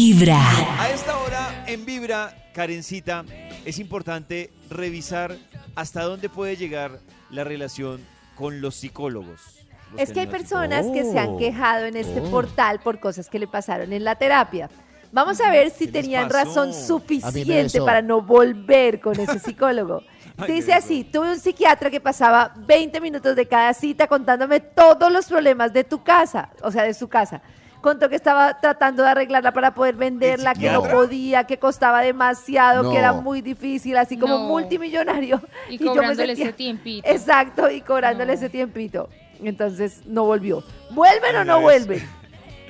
Vibra. A esta hora en Vibra, Karencita, es importante revisar hasta dónde puede llegar la relación con los psicólogos. Los Es que hay no- personas que se han Oh, quejado en este Mm. oh. portal por cosas que le pasaron en la terapia. Vamos a ver si Mm. ¿Qué les tenían pasó? razón suficiente besó. para no volver con ese psicólogo. Ay, Dice qué así, tuve un psiquiatra que pasaba 20 minutos de cada cita contándome todos los problemas de tu casa, o sea, de su casa. Contó que estaba tratando de arreglarla para poder venderla, que no psiquiatra? podía, que costaba demasiado, que era No. muy difícil, así como No. multimillonario. Y yo me cobrándole sentía- ese tiempito. Exacto, y cobrándole No. ese tiempito. Entonces no volvió. ¿Vuelven o Mira, no es- vuelven?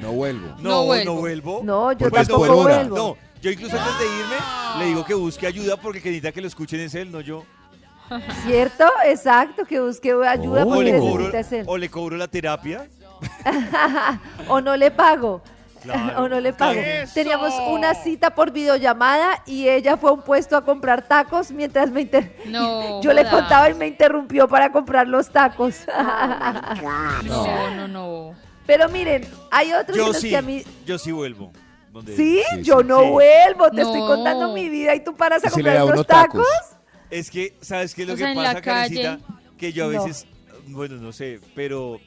No vuelvo. No, No no vuelvo. vuelvo. No, yo Porque es tampoco corona. vuelvo. No, yo incluso antes de irme le digo que busque ayuda porque el que necesita que lo escuchen es él, no yo. ¿Cierto? Exacto, que busque ayuda Oh. O porque le necesita cobro, hacer. o le cobro la terapia. o no le pago. Claro. o no le pago. Eso. Teníamos una cita por videollamada y ella fue a un puesto a comprar tacos mientras me inter- No, yo le joda. contaba y me interrumpió para comprar los tacos. No, no, no. Pero miren, hay otros en Yo los sí, que a mí yo sí vuelvo. Donde- ¿Sí? Sí, yo sí, no sí. vuelvo, te estoy No. contando mi vida y tú paras a Y si le comprar da unos uno tacos. tacos. Es que, ¿sabes qué es lo O que sea, en la pasa, Karencita? Que yo a No. veces, bueno, no sé, pero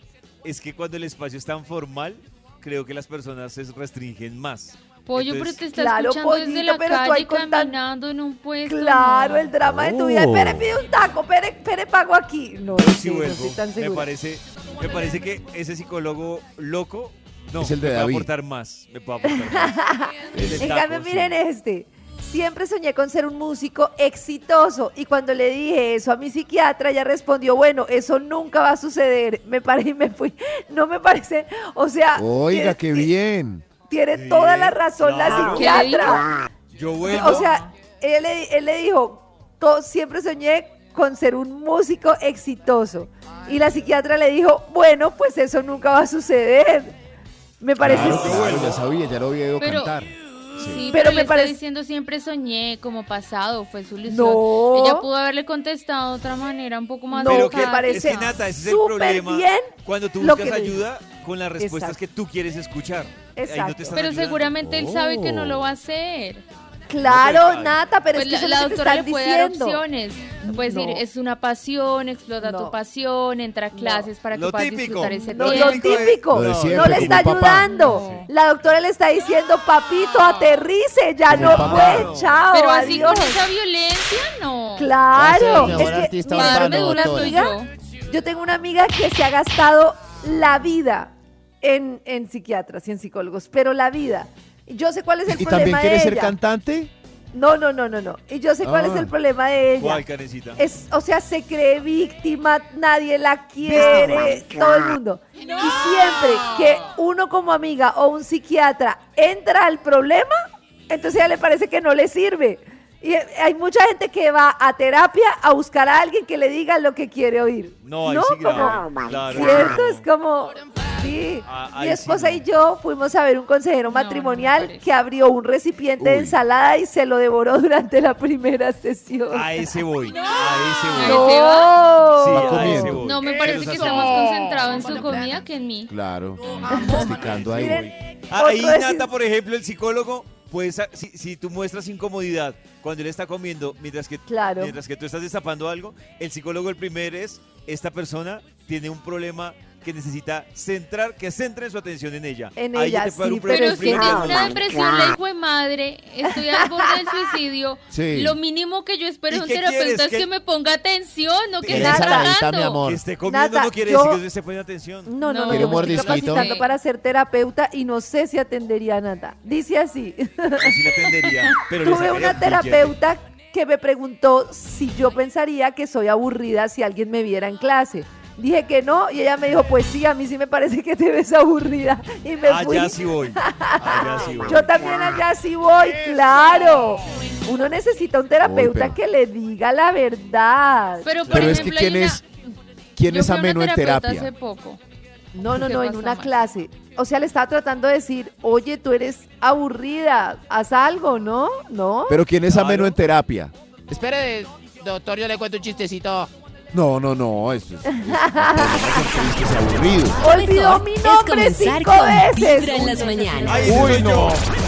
es que cuando el espacio es tan formal, creo que las personas se restringen más. Pollo, Entonces- pero te está Claro, escuchando desde pollito, la pero tú ahí calle con tan- caminando en un puesto. Claro, no. el drama de tu vida. Oh. Pere pide un taco, Pere, Pere pago aquí. No, Yo sí no sé, no vuelvo. estoy tan me, segura. parece, me parece que ese psicólogo loco, no, Es el de me puede David. aportar más. Me puede aportar más. El de En tacos, cambio, sí. miren este. Siempre soñé con ser un músico exitoso y cuando le dije eso a mi psiquiatra, ella respondió, bueno, eso nunca va a suceder. Me paré y me fui. No me parece, o sea, Oiga, qué tiene, bien. tiene Bien, toda la razón la claro. ¿Qué le dijo? psiquiatra. Yo vuelvo. O sea, él le, él le dijo, "To- siempre soñé con ser un músico exitoso. Y la psiquiatra le dijo, bueno, pues eso nunca va a suceder. Me parece... Claro, Yo vuelvo. claro, Ah, ya sabía, ya lo había oído Pero- cantar. Sí, Pero pero, me me está parece- diciendo siempre soñé como pasado, fue su ilusión. No. Ella pudo haberle contestado de otra manera, un poco más No, pero que que, parece es que Nata, ese es el súper problema. bien cuando tú lo buscas que le- ayuda con las respuestas Exacto. que tú quieres escuchar. Ahí no te Exacto. están Pero ayudando. seguramente él sabe que no Oh. lo va a hacer. No, Claro, pues, Nata, pero Pues es que eso la, la es lo que doctora te le están puede diciendo. dar opciones. Puede decir, No. es una pasión, explota No. tu pasión, entra a No. clases para que Lo puedas típico. disfrutar ese No, tiempo. lo típico, Lo de no siempre, le está como un papá. ayudando. No. La doctora le está diciendo, papito, aterrice, ya Como no un papá. fue, chao, Pero así Oh, adiós. con esa violencia, no. Claro, Gracias, es mejor que, Ah, artista mira, Para urbano, darme dura doctora. soy yo. Yo tengo una amiga que se ha gastado la vida en, en psiquiatras y en psicólogos, pero la vida. Y Yo sé cuál es el ¿Y también problema de quiere ser ella. cantante? No, no, no, no, no. Y yo sé cuál es Ah. el problema de ella. ¿Cuál, Karencita? Es, o sea, se cree víctima, nadie la quiere, todo Ah. el mundo. Y siempre que uno como amiga o un psiquiatra entra al problema, entonces ya le parece que no le sirve. Y eh, hay mucha gente que va a terapia a buscar a alguien que le diga lo que quiere oír. No, ahí sí Como- grave, claro. ¿Cierto? No. Es como... Sí. Ah, Mi ahí sí esposa no. y yo fuimos a ver un consejero No, no matrimonial me que abrió un recipiente de Uy. ensalada y se lo devoró durante la primera sesión. A ese voy. A ese voy. No. Sí, No. Va a ese comiendo. voy. No, me parece que está más concentrado en su comida que en mí. Claro. Masticando ahí. Miren, Ah, Ahí Otro es- Nata, por ejemplo, el psicólogo, pues ah, si, si tú muestras incomodidad cuando él está comiendo, mientras que, Claro. mientras que tú estás destapando algo, el psicólogo el primer es, esta persona tiene un problema que necesita centrar, que centre su atención en ella. En Ahí ya ella, te puede dar sí, un pero problema Pero si es primer que- tengo diagnóstico. una depresión, la hijo de madre, estoy al borde del suicidio. Sí. Lo mínimo que yo espero ¿Y de un qué terapeuta quieres? es ¿Qué- que me ponga atención, no que ¿Quieres esté saladita, mi tratando. amor? Que esté comiendo Nata, no quiere yo- decir que se pone atención. No, no, no, yo un Quiero me estoy mordisquito. capacitando para ser terapeuta y no sé si atendería a nada. Dice así, Yo sí la atendería, pero le tuve sacaría una un billete. terapeuta que me preguntó si yo pensaría que soy aburrida si alguien me viera en clase. Dije que no y ella me dijo, pues sí, a mí sí me parece que te ves aburrida. Y me fui. Allá Ah, sí voy. Allá sí voy. Yo también allá sí voy, claro. Uno necesita un terapeuta Uy, pero- que le diga la verdad. Pero, por Pero es que ejemplo, quién hay es, quién yo es fui a una ameno en Hace terapia. poco. No, no, ¿Qué no, en pasa, una Max? clase. O sea, le estaba tratando de decir, oye, tú eres aburrida, haz algo, ¿no? ¿No? Pero quién es ameno Claro. en terapia. Espere, doctor, yo le cuento un chistecito. No, no, no. Eso es, es, es, es aburrido. Olvidó Mejor mi es nombre comenzar cinco con veces. Vibra en las mañanas. Ay, ese Uy, soy yo. no.